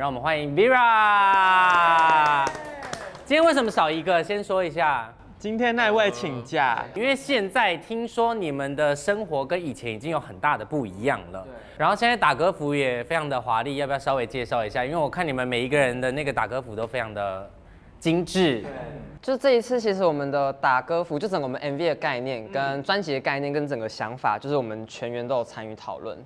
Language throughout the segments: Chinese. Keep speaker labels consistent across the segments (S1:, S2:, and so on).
S1: 让我们欢迎 Vera。今天为什么少一个？先说一下，
S2: 今天那位请假，
S3: 哦
S1: 因为现在听说你们的生活跟以前已经有很大的不一样了。然后现在打歌服也非常的华丽，要不要稍微介绍一下？因为我看你们每一个人的那个打歌服都非常的精致。
S4: 就这一次，其实我们的打歌服，就整个我们 MV 的概念、跟专辑的概念、跟整个想法，就是我们全员都有参与讨论。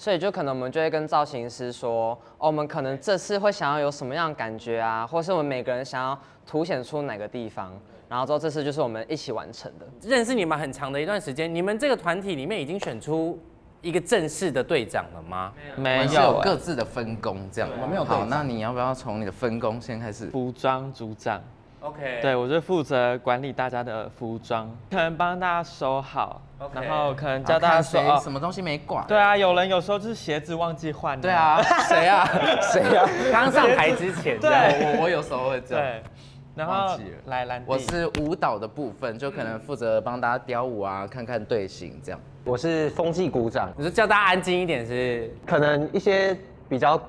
S4: 所以就可能我们就会跟造型师说，哦，我们可能这次会想要有什么样的感觉啊，或是我们每个人想要凸显出哪个地方，然后之后这次就是我们一起完成的。
S1: 认识你们很长的一段时间，你们这个团体里面已经选出一个正式的队长了吗？
S4: 没
S3: 我们是有
S4: 哎
S3: 各自的分工，这样。我们没有。好，那你要不要从你的分工先开始？
S2: 服装组长，
S1: OK，
S2: 对我就负责管理大家的服装，可能帮大家收好
S1: OK
S2: 然后可能教大家
S3: 看
S2: 说
S3: 谁什
S2: 哦，
S3: 么东西没挂。
S2: 对啊，有人有时候就是鞋子忘记换了，
S3: 对，啊，谁啊？谁啊？
S1: 刚上台之前，
S2: 对
S1: 这样
S3: 我我有时候会这样。
S2: 对，然
S3: 忘
S2: 后
S3: 记了
S2: 来兰弟，
S3: 我是舞蹈的部分，就可能负责帮大家雕舞啊，看看队形这样。
S5: 我是风纪股长，
S1: 你说叫大家安静一点是？
S5: 可能一些比较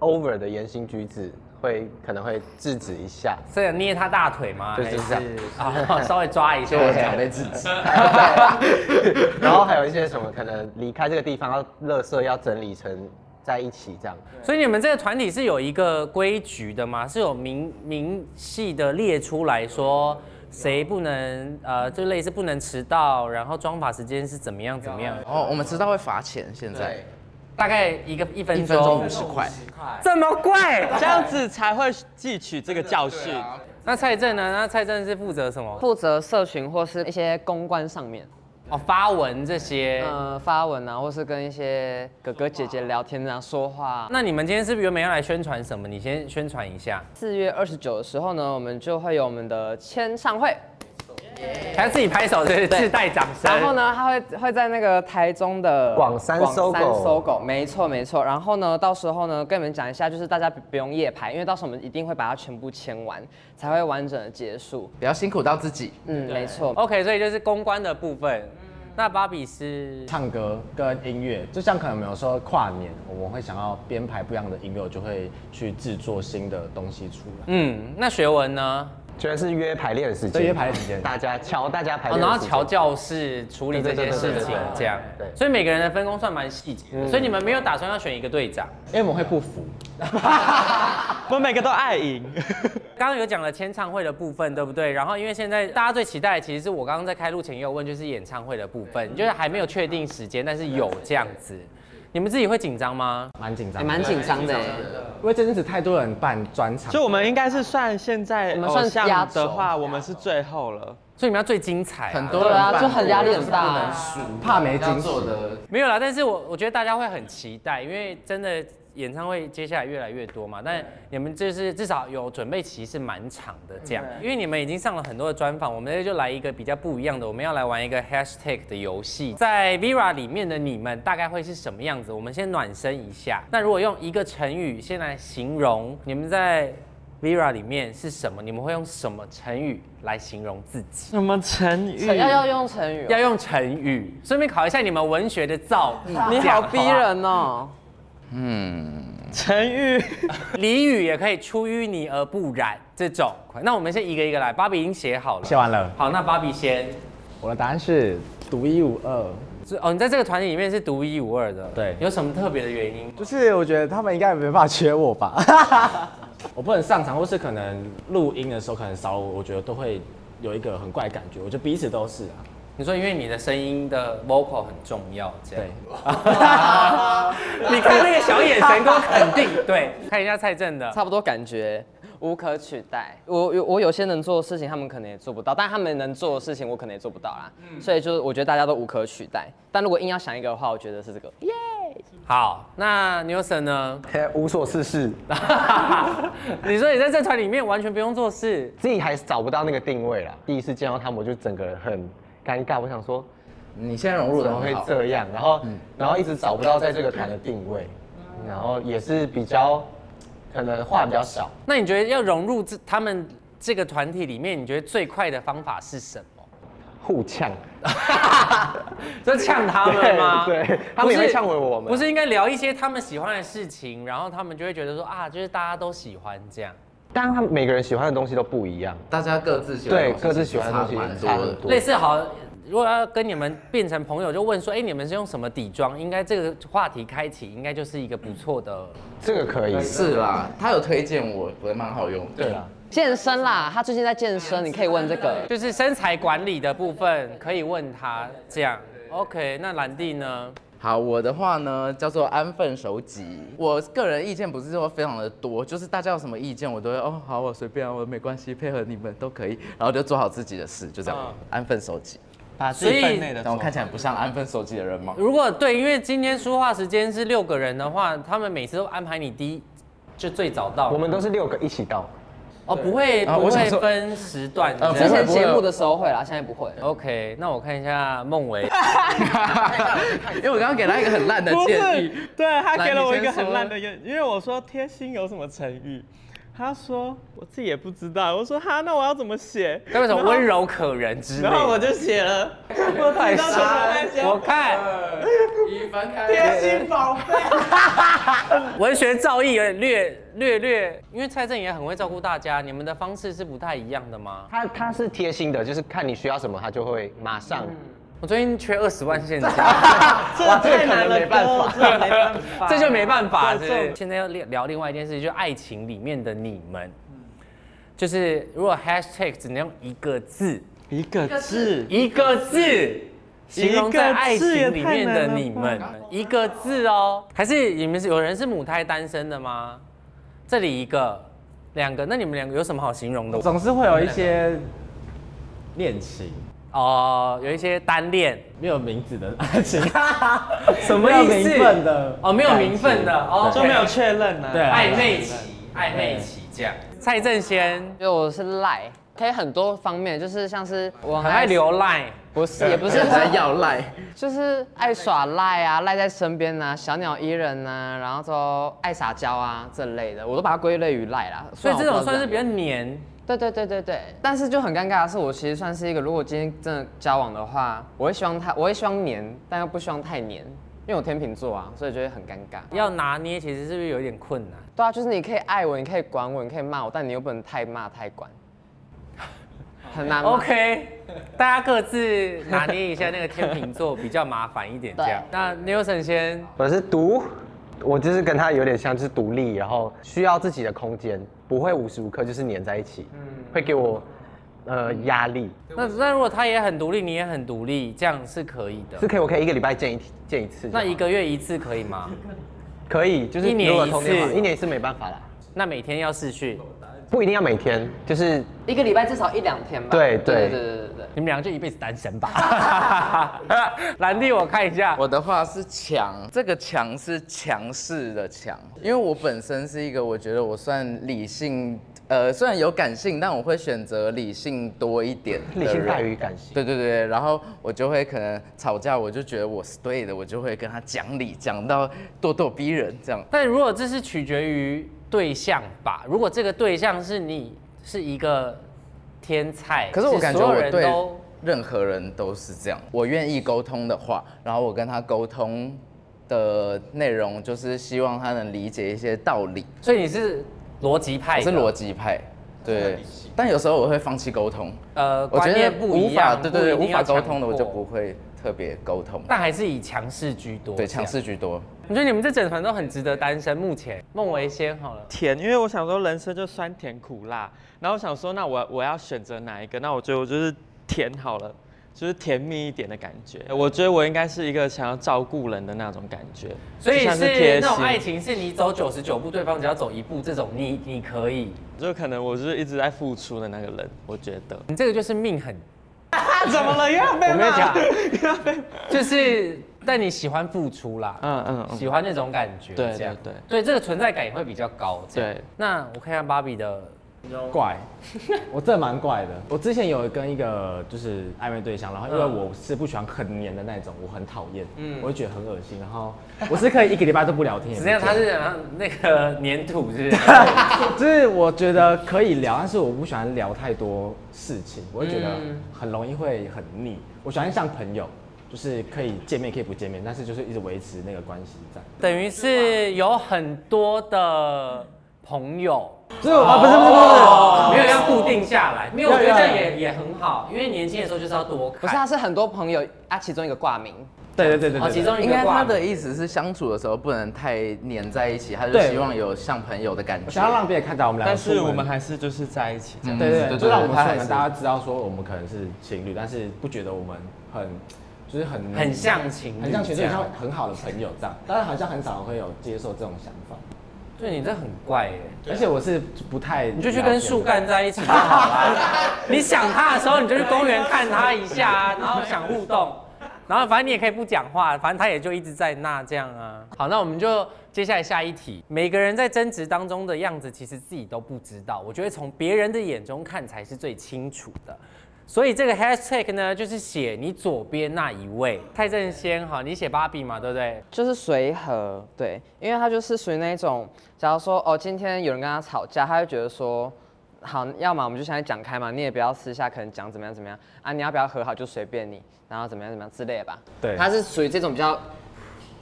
S5: over 的言行举止会可能会制止一下。
S1: 是捏他大腿吗？
S5: 就
S1: 还
S5: 是
S1: 是
S5: 这样
S1: 啊， 稍微抓一下
S3: 就。我常被制 止。
S6: 哎
S5: 然后还有一些什么可能离开这个地方要垃圾要整理成在一起这样。
S1: 所以你们这个团体是有一个规矩的吗？是有明明细的列出来说谁不能呃，就类似不能迟到，然后妆发时间是怎么样怎么样？
S3: 哦，我们知道会罚钱，现在
S1: 大概一个一
S3: 一
S1: 分
S3: 分钟
S1: 钟
S3: 五十块。
S1: 这么贵？
S2: 这样子才会汲取这个教训。
S1: 那蔡正呢？那蔡正是负责什么？
S4: 负责社群或是一些公关上面，
S1: 哦，发文这些。
S4: 呃，发文啊，或是跟一些哥哥姐姐聊天啊，说话啊、
S1: 那你们今天是不是原本要来宣传什么？你先宣传一下，
S4: 四月二十九的时候呢，我们就会有我们的签唱会，
S1: 还是自己拍手，对，自带掌声。
S4: 然后呢，他会会在那个台中的
S5: 广山搜狗
S4: 广山搜狗，没错没错。然后呢，到时候呢，跟你们讲一下，就是大家不不用夜排，因为到时候我们一定会把它全部签完，才会完整的结束。
S3: 不要辛苦到自己。
S4: 嗯，没错。
S1: OK，所以就是公关的部分。那芭比是
S6: 唱歌跟音乐，就像可能没有说跨年，我们会想要编排不一样的音乐，我就会去制作新的东西出来。
S1: 嗯，那学文呢？
S5: 全是约排练的时间，
S6: 对约排练时间
S5: 大家瞧大家排
S1: 哦，
S5: 练的时间、
S1: 然后调教室处理这些事情
S5: 对对对对对，
S1: 这样
S5: 对。对
S1: 所以每个人的分工算蛮细节的，所以你们没有打算要选一个队长。
S5: 嗯
S6: 因为我们会不服，
S2: 我每个都爱赢，
S1: 刚刚有讲了签唱会的部分，对不对？然后因为现在大家最期待，其实是我刚刚在开录前也有问，就是演唱会的部
S5: 嗯
S1: 分，就是还没有确定时间，但是有这样子。你们自己会紧张吗？
S6: 蛮紧张
S4: 也
S6: 的，
S4: 哎蛮紧张的，
S6: 因为这阵子太多人办专场，
S2: 就我们应该是算现在
S4: 我们
S2: 偶
S4: 算压
S2: 像
S4: 轴
S2: 的话，我们是最后了。
S1: 所以你们要最精彩、啊。
S3: 很多
S4: 对
S3: 人
S4: 啊，
S3: 办
S4: 就很压力很大
S3: 不能
S4: 啊。
S3: 输，
S6: 怕没
S3: 要
S6: 惊喜。
S3: 做的
S1: 没有啦，但是我我觉得大家会很期待，因为真的演唱会接下来越来越多嘛。但你们就是至少有准备期是蛮长的这样，因为你们已经上了很多的专访，我们这就来一个比较不一样的，我们要来玩一个 hashtag 的游戏，在 Vera 里面的你们大概会是什么样子？我们先暖身一下。那如果用一个成语先来形容你们在 Vera 里面是什么，你们会用什么成语来形容自己？
S2: 什么成语？
S4: 要 要用成语哦、
S1: 要用成语，顺便考一下你们文学的造诣。
S4: 你
S1: 这样
S4: 好
S1: 不
S4: 逼人哦、
S3: 嗯，
S2: 成语。
S1: 俚语也可以出淤泥而不染这种。那我们先一个一个来，芭比已经写好了。
S6: 写完了，
S1: 好，那芭比先。
S6: 我的答案是独一无二。
S1: 是哦，你在这个团体里面是独一无二的。
S6: 对
S1: 有什么特别的原因吗？
S6: 就是我觉得他们应该没办法缺我吧，我不能上场，或是可能录音的时候可能少我，我觉得都会有一个很怪的感觉。我觉得彼此都是啊，
S1: 你说因为你的声音的 vocal 很重要，这样
S6: 对。。
S1: 你看那个小眼神给我肯定。 对，看一下蔡正的。
S4: 差不多感觉无可取代。我有我有些能做的事情，他们可能也做不到，但他们能做的事情，我可能也做不到啦。所以就是我觉得大家都无可取代。但如果硬要想一个的话，我觉得是这个。
S1: 好，那 Newson 呢？
S5: 嘿 无所事事，
S1: 你说你在这团里面完全不用做事，
S5: 自己还找不到那个定位啦。第一次见到他们，我就整个人很尴尬，我想说
S3: 你现在融入
S5: 怎
S3: 的
S5: 么
S3: 很
S5: 会
S3: 好。
S5: 这样？然后，然后一直找不到在这个团的定位，然后也是比较，可能话比较少，
S1: 那你觉得要融入这他们这个团体里面，你觉得最快的方法是什么？
S5: 互呛，
S1: 就呛他们吗？
S5: 对对他们也
S1: 不是
S5: 会呛回我们啊
S1: 不是应该聊一些他们喜欢的事情，然后他们就会觉得说啊，就是大家都喜欢这样，
S5: 但他们每个人喜欢的东西都不一样，
S3: 大家各自喜欢的
S5: 对
S3: 东西
S5: 各自喜欢的东西
S3: 差蛮
S5: 差
S3: 多
S5: 很
S3: 的。
S5: 多。
S1: 类似好。如果要跟你们变成朋友，就问说，哎、你们是用什么底妆？应该这个话题开启，应该就是一个不错的。
S5: 这个可以，
S3: 是啦，他有推荐我，我觉得蛮好用。
S5: 对啊啦，
S4: 健身啦，他最近在健身，你可以问这个。
S1: 就是身材管理的部分，可以问他这样。OK，那兰弟呢？
S3: 好，我的话呢叫做安分守己。我个人意见不是说非常的多，就是大家有什么意见，我都会哦好，我随便啊，我没关系，配合你们都可以，然后就做好自己的事，就这样，
S2: 啊
S1: 嗯
S3: 安分守己。
S2: 把
S1: 自己分内
S3: 但我看起来不像安分守己的人吗？
S1: 如果对，因为今天说话时间是六个人的话，他们每次都安排你第一，就最早到。
S5: 我们都是六个一起到，
S1: 哦，不会，
S3: 啊
S1: 不
S3: 我想
S1: 会
S3: 说
S1: 分时段。
S3: 呃
S1: 这
S4: 之
S1: 样
S4: 前节目的时候会啦，现在不会。
S1: OK，那我看一下孟伟，
S3: 因为我刚刚给他一个很烂的
S2: 不
S3: 建
S2: 是
S3: 议，，
S2: 对他
S3: 来
S2: 给了
S3: 你
S2: 我一
S3: 先
S2: 个很
S3: 说
S2: 烂的建议，因为我说贴心有什么成语，他说我自己也不知道，我说哈，那我要怎么写？
S1: 该不什么
S2: 然后
S1: 温柔可人之类
S2: 然后我
S1: 的？
S2: 就写了，我太
S1: 我看
S3: 一翻开
S2: 贴心宝贝，
S1: 文学造诣有点略略略，因为蔡正也很会照顾大家，你们的方式是不太一样的吗？
S5: 他他是贴心的，就是看你需要什么，他就会马上。
S1: 我最近缺二十万 现金，
S2: 这太难了，
S5: 没办
S2: 哥
S5: 法
S2: 这个没
S1: 这
S2: 办法，
S1: 就没办法。是不
S2: 对
S1: 是
S2: 这
S1: 现在要聊聊另外一件事，就是爱情里面的你们，
S2: 嗯
S1: 就是如果 hashtag 只能用一个字，
S2: 一个字，
S1: 一个字形容在爱情里面的你们，一个字哦。还是你们是有人是母胎单身的吗？这里一个，两个，那你们两个有什么好形容的？
S6: 总是会有一些恋情，
S1: 哦、有一些单恋，
S6: 没有名字的爱 情，
S1: 什么
S6: 没有
S1: 意思
S6: 名分的
S1: 哦，没有名分的哦，
S2: 就没有确认呢。
S6: 对啊
S1: 暧昧期，暧昧期这样。蔡正先
S4: 就我是赖，可以很多方面，就是像是我
S1: 很爱，流赖，
S4: 不是也不是，
S3: 还要赖，
S4: 就是爱耍赖啊，赖在身边啊，小鸟依人啊，然后都爱撒娇啊这类的，我都把它归类于赖啦。
S1: 所以这
S4: 虽然我
S1: 种
S4: 不知道
S1: 算是比
S4: 怎
S1: 较
S4: 么样
S1: 黏。
S4: 对对对对对，但是就很尴尬的是，我其实算是一个，如果今天真的交往的话，我会希望他，我会希望黏，但又不希望太黏，因为我天秤座啊，所以就会很尴尬。
S1: 要拿捏，其实是不是有点困难？
S4: 对啊，就是你可以爱我，你可以管我，你可以骂我，但你又不能太骂太 管，很难嘛。
S1: OK，大家各自拿捏一下那个天秤座比较麻烦一点这样。
S4: 对
S1: 那 Newson 先，
S5: 我是独，我就是跟他有点像，就是独立，然后需要自己的空间，不会无时无刻就是黏在一起，会给我呃压力。
S1: 那那如果他也很独立，你也很独立，这样是可以
S5: 是
S1: 的。
S5: 可以，我可以一个礼拜见一见一次就好。
S1: 那一个月一次可以吗？
S5: 可以，就是
S1: 一年
S5: 如果
S1: 一
S5: 同年
S1: 次
S5: 嘛一年一次没办法啦，
S1: 那每天要试训，
S5: 不一定要每天，就是
S4: 一个礼拜至少一两天吧。
S5: 对
S4: 对
S5: 对
S4: 对对对对。
S1: 你们俩就一辈子单身吧。 兰弟，我看一下，
S3: 我的话是强，这个强是强势的强，因为我本身是一个我觉得我算理性，呃，虽然有感性，但我会选择理性多一点的
S5: 理
S3: 人，
S5: 性大于感性。
S3: 对对对，然后我就会可能吵架，我就觉得我是对的，我就会跟他讲理，讲到咄咄逼人这样。
S1: 但如果这是取决于对象吧，如果这个对象是你是一个天才，
S3: 可是我感觉
S1: 所
S3: 我
S1: 有人
S3: 对
S1: 都
S3: 任何人都是这样，我愿意沟通的话，然后我跟他沟通的内容就是希望他能理解一些道理，
S1: 所以你是逻辑派
S3: 我
S1: 的，
S3: 是逻辑派，对。但有时候我会放弃沟通，
S1: 呃
S3: 我觉
S1: 观
S3: 得
S1: 念不
S3: 无
S1: 一
S3: 法
S1: 样，
S3: 对对对
S1: 不一
S3: 无
S1: 定要
S3: 法沟通的我就
S1: 强
S3: 不
S1: 迫，
S3: 会特别沟通，
S1: 但还是以强势居多。
S3: 对
S1: 这样
S3: 强。势居多。
S1: 我觉得你们这整团都很值得单身。目前孟维先好了，
S2: 甜，因为我想说人生就酸甜苦辣，然后我想说那我我要选择哪一个？那我觉得我就是甜好了，就是甜蜜一点的感觉。我觉得我应该是一个想要照顾人的那种感觉，
S1: 所以
S2: 就像
S1: 是那种爱，情是你走九十九步，对方只要走一步，这种你你可以，
S2: 就可能我就是一直在付出的那个人，我觉得。
S1: 你这个就是命很，
S2: 啊，怎么了？又要被
S1: 我没有
S2: 骂
S1: 讲？
S2: 又要被骂？
S1: 就是但你喜欢付出啦，
S2: 嗯嗯嗯，
S1: 喜欢那种感觉，
S2: 对
S1: 这样
S2: 对对
S1: 对，这个存在感也会比较高。这样
S2: 对，
S1: 那我看一下芭比的
S6: 怪， 我真的蛮怪的。我之前有跟一个就是暧昧对象，然后因为
S1: 嗯
S6: 我是不喜欢很黏的那种，我很讨厌，我会觉得很恶心。然后我是可以一个礼拜都不 聊天，也
S1: 实
S6: 不
S1: 际上
S6: 见
S1: 他是想让那个粘土是不是？
S6: 就是我觉得可以聊，但是我不喜欢聊太多事情，我会觉得
S1: 嗯
S6: 很容易会很腻。我喜欢像朋友，就是可以见面可以不见面，但是就是一直维持那个关系在。
S1: 等于是有很多的朋友，
S6: 就是我啊，不是不是不
S1: 没有要固定下来。没有，我觉得
S6: 要
S1: 这
S6: 要
S1: 样也也很好，因为年轻的时候就是要多看。
S4: 不是，他是很多朋友啊，其中一个挂名，
S6: 是，对对对对
S1: 哦，
S6: 对，
S1: 其中一
S3: 应
S1: 个
S3: 该
S1: 挂
S3: 他
S1: 名
S3: 的意思是相处的时候不能太黏在一起，他就
S6: 对
S3: 希望有像朋友的感
S6: 我
S3: 觉
S6: 想。要让别人看到我们两个
S2: 但
S6: 出
S2: 是
S6: 门，
S2: 我们还是就是在一起这样。
S3: 嗯
S6: 对对
S3: 对对
S6: 对，就让我们
S3: 他
S6: 出
S3: 还
S6: 门，
S3: 是
S6: 大家知道说我们可能是情侣，但是不觉得我们很就是很
S1: 很像情侣，
S6: 很像情侣，很像。很好的朋友这样。当然好像很少会有接受这种想法，
S1: 对你这很怪耶，
S6: 而且我是不太
S1: 你就去
S6: 聊天
S1: 跟
S6: 的
S1: 树干在一起就好 啦。你想他的时候，你就去公园看他一下啊，然后想互动。然后反正你也可以不讲话，反正他也就一直在那这样啊。好，那我们就接下来下一题。每个人在争执当中的样子，其实自己都不知道。我觉得从别人的眼中看才是最清楚的。所以这个 hashtag 呢，就是写你左边那一位蔡正先哈，你写芭比嘛，对不对？
S4: 就是随和，对，因为他就是属于那种，假如说哦，今天有人跟他吵架，他会觉得说，好，要么我们就现在讲开嘛，你也不要私下可能讲怎么样怎么样啊，你要不要和好就随便你，然后怎么样怎么样之类的吧。
S6: 对
S4: 他是属于这种比较，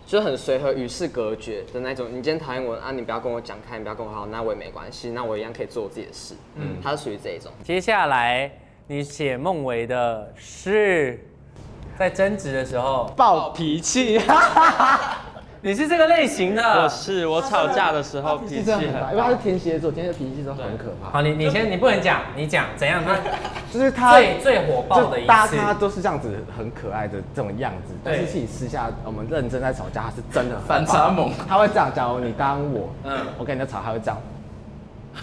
S4: 就是很随和、与世隔绝的那种。你今天讨厌我啊，你不要跟我讲开，你不要跟我好，那我也没关系，那我一样可以做我自己的事。嗯，他是属于这一种。
S1: 接下来你写孟维的是在争执的时候，
S6: 暴脾气，
S1: 你是这个类型
S2: 我
S1: 的。
S2: 是我吵架的时候啊脾气很
S6: 因为他是天蝎座，天蝎脾气都很可怕。
S1: 好，你你先，你不能讲，你讲怎样？他
S6: 就是他
S1: 最最火爆的一
S6: 就大家
S1: 次
S6: 看他都是这样子很可爱的这种样子，但是自己私下我们认真在吵架，他是真的很
S3: 反差萌，
S6: 他会这样。假如你当我，
S1: 嗯
S6: 嗯，我跟人家吵，他会这样，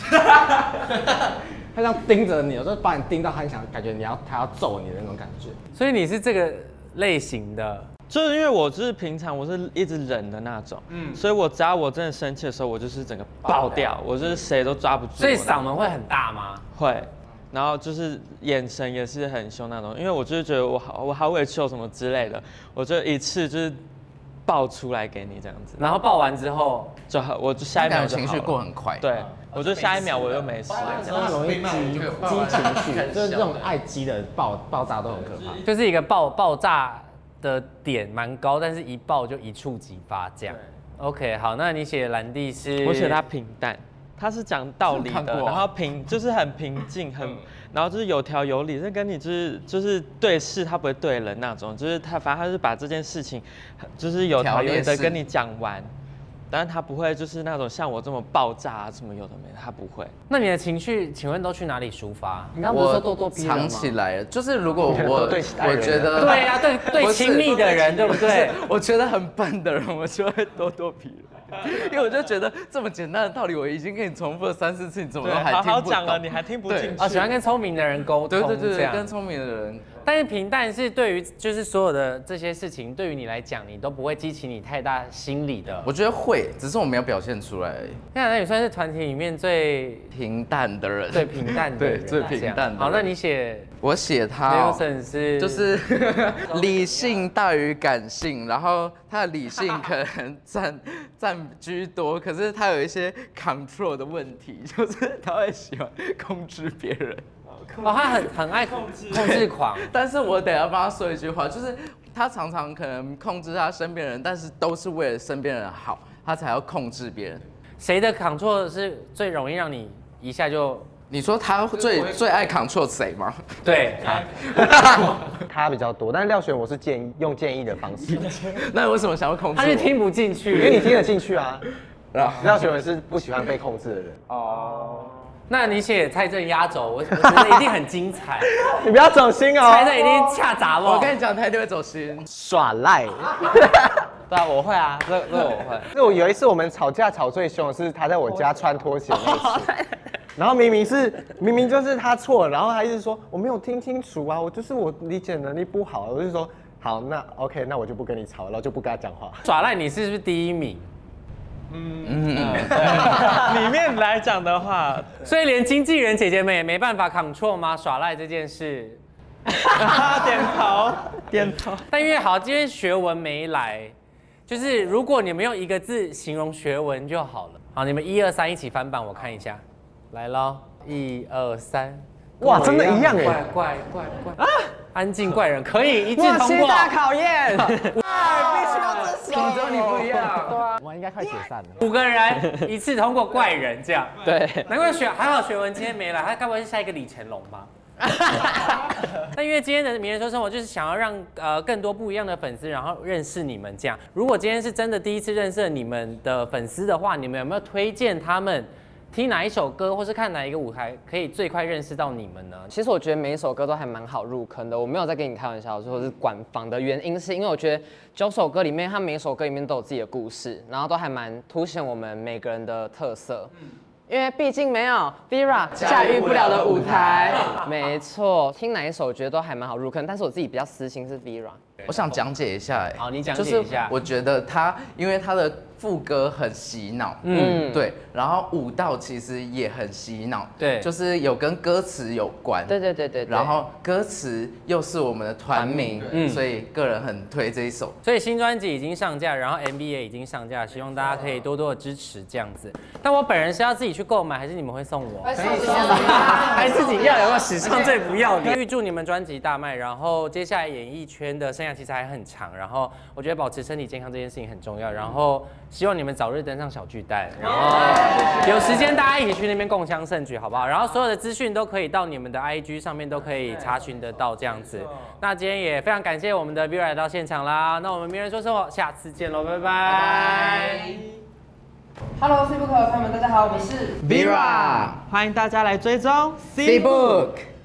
S6: 他这样盯着你，有时候把你盯到他很想感觉你要他要揍你的那种感觉。
S1: 所以你是这个类型的。
S2: 就是因为我就是平常我是一直忍的那种，嗯，所以我只要我真的生气的时候，我就是整个爆掉，我就是谁都抓不住我
S1: 所
S2: 那
S1: 以
S2: 种。
S1: 嗓门会很大吗？
S2: 会，然后就是眼神也是很凶那种，因为我就是觉得我好我好委屈哦什么之类的，我就一次就是爆出来给你这样子，
S1: 然后爆完之后，
S2: 就好，我就下
S3: 他
S2: 一
S3: 感
S2: 秒
S3: 觉
S2: 就好
S3: 情
S2: 了
S3: 绪过，很快。
S2: 对，我哦就下一秒我就没事了这样。
S6: 他很容易激激情 绪，就是这种爱激的爆爆炸都很可怕。
S1: 就是一个爆爆炸的点蛮高，但是一爆就一触即发这样。OK，好，那你写兰蒂是？
S2: 我写他平淡，他是讲道理
S3: 这个
S2: 的，
S3: 看过
S2: 然
S3: 啊嗯
S2: 后平就是很平静，很，然后就是有条有理，这跟你就是就是对事他不会对人那种，就是他反正他是把这件事情就是有条有理
S3: 条列
S2: 的
S3: 式
S2: 跟你讲完，但是他不会就是那种像我这么爆炸啊什么有的没的，他不会。
S1: 那你的情绪，请问都去哪里抒发？
S4: 你刚不是说咄咄逼人吗
S3: 藏？起来了，就是如果我
S5: 对
S3: 我觉得
S1: 对啊， 对对，
S3: 不是
S1: 亲密的人，对不 对？
S3: 我觉得很笨的人，我就会咄咄逼人，因为我就觉得这么简单的道理，我已经跟你重复了三四次，你怎么
S2: 对
S3: 都，还
S2: 好
S3: 听
S2: 好
S3: 不
S2: 讲了，
S3: 懂
S2: 你？还听不
S3: 对啊
S2: 进去？
S1: 哦，喜欢跟聪明的人沟通，
S3: 对对对
S1: 这
S3: 对，
S1: 样
S3: 跟聪明的人，
S1: 但是平淡是对于就是所有的这些事情，对于你来讲，你都不会激起你太大心理的。
S3: 我觉得会，只是我没有表现出来而已。
S1: 那那也算是团体里面最
S3: 平淡的人，
S1: 最平淡的人啊
S3: 对最
S1: 这样
S3: 平淡的
S1: 好，那
S3: 人
S1: 你写
S3: 我写他、哦。
S1: Nelson 是
S3: 就是 理性大于感性，然后他的理性可能占 占居多，可是他有一些 control 的问题，就是他会喜欢控制别人。
S1: 哦，他很很爱控制控制狂，
S3: 但是我等一下帮他说一句话，就是他常常可能控制他身边人，但是都是为了身边人好，他才要控制别人。
S1: 谁的 control 是最容易让你一下就
S3: 你说他最最爱 control 谁吗？
S1: 对？
S5: 他比较多，但是廖璇我是建议用建议的方 式，
S3: 那你为什么想要控制
S1: 他是
S3: 我？
S1: 听不进
S5: 因为
S1: 去。
S5: 你听得进去 啊。
S3: 然
S5: 廖璇我是不喜欢被控制的人，
S1: 那你写蔡正压轴，我 我觉得一定很精彩，
S5: 你不要走心
S1: 蔡正一
S5: 哦，
S1: 定恰砸
S3: 我
S1: 我。
S3: 跟你讲，他一定会走心。
S5: 耍赖。
S2: 对啊，我会啊，这这我会。
S5: 那我有一次我们吵架吵最凶的是他在我家穿拖鞋那一次， 然后明明是明明就是他错了，然后他一直说我没有听清楚啊，我就是我理解能力不好，啊我就说好那 OK，那我就不跟你吵，然后就不跟他讲话。
S1: 耍赖，你是不是第一名？
S2: 里面来讲的 话，
S1: 所以连经纪人姐姐们也没办法 control 吗？耍赖这件事，
S2: 点头点头。
S1: 但因为好，今天学文没来，就是如果你们用一个字形容学文就好了。好，你们一二三一起翻版，我看一下，来喽，一二三，
S5: 哇，真的一样
S1: 怪
S5: 哎，
S1: 怪怪怪啊！安静怪人可以一致
S4: 默
S1: 通
S4: 契
S1: 过。
S4: 大 考验，
S3: 你知道你不一样，
S6: 我应该快解散了。
S1: 五个人一次通过怪人这样，
S4: 对，
S1: 难怪学还好学文今天没来，他该不会是下一个李成龙吧？ 但因为今天的《名人说生活》就是想要让呃更多不一样的粉丝，然后认识你们这样。如果今天是真的第一次认识了你们的粉丝的话，你们有没有推荐他们听哪一首歌，或是看哪一个舞台可以最快认识到你们呢？
S4: 其实我觉得每一首歌都还蛮好入坑的，我没有在跟你开玩笑，我说是官方的原因是因为我觉得九首歌里面，它每一首歌里面都有自己的故事，然后都还蛮凸显我们每个人的特色。
S3: 嗯
S4: 因为毕竟没有 Vera 驾驭不了的舞台，没错。听哪一首我觉得都还蛮好入坑，但是我自己比较私心是 Vera。
S3: 我想讲解一下哎、
S1: 好你讲解
S3: 就是
S1: 一下
S3: 我觉得他因为他的副歌很洗脑，嗯，对，然后舞蹈其实也很洗脑，
S1: 对
S3: 就是有跟歌词有关，
S4: 对对对对对。
S3: 然后歌词又是我们的团名，
S1: 嗯
S3: 所以个人很推这一首。
S1: 所以新专辑已经上架，然后 MV 也已经上架，希望大家可以多多的支持这样子。但我本人是要自己去购买，还是你们会送我？还自己要有没有史上最不要脸？预祝你们专辑大卖，然后接下来演艺圈的生涯其实还很长，然后我觉得保持身体健康这件事情很重要，然后希望你们早日登上小巨蛋，然后有时间大家一起去那边共襄盛举，好不好？然后所有的资讯都可以到你们的 IG 上面都可以查询得到这样子。那今天也非常感谢我们的 Vera 来到现场啦，那我们名人说生活下次见喽，拜拜
S7: Hello C Book 的朋友们，大家好，我们是
S3: Vera
S2: 欢迎大家来追踪
S3: C Book。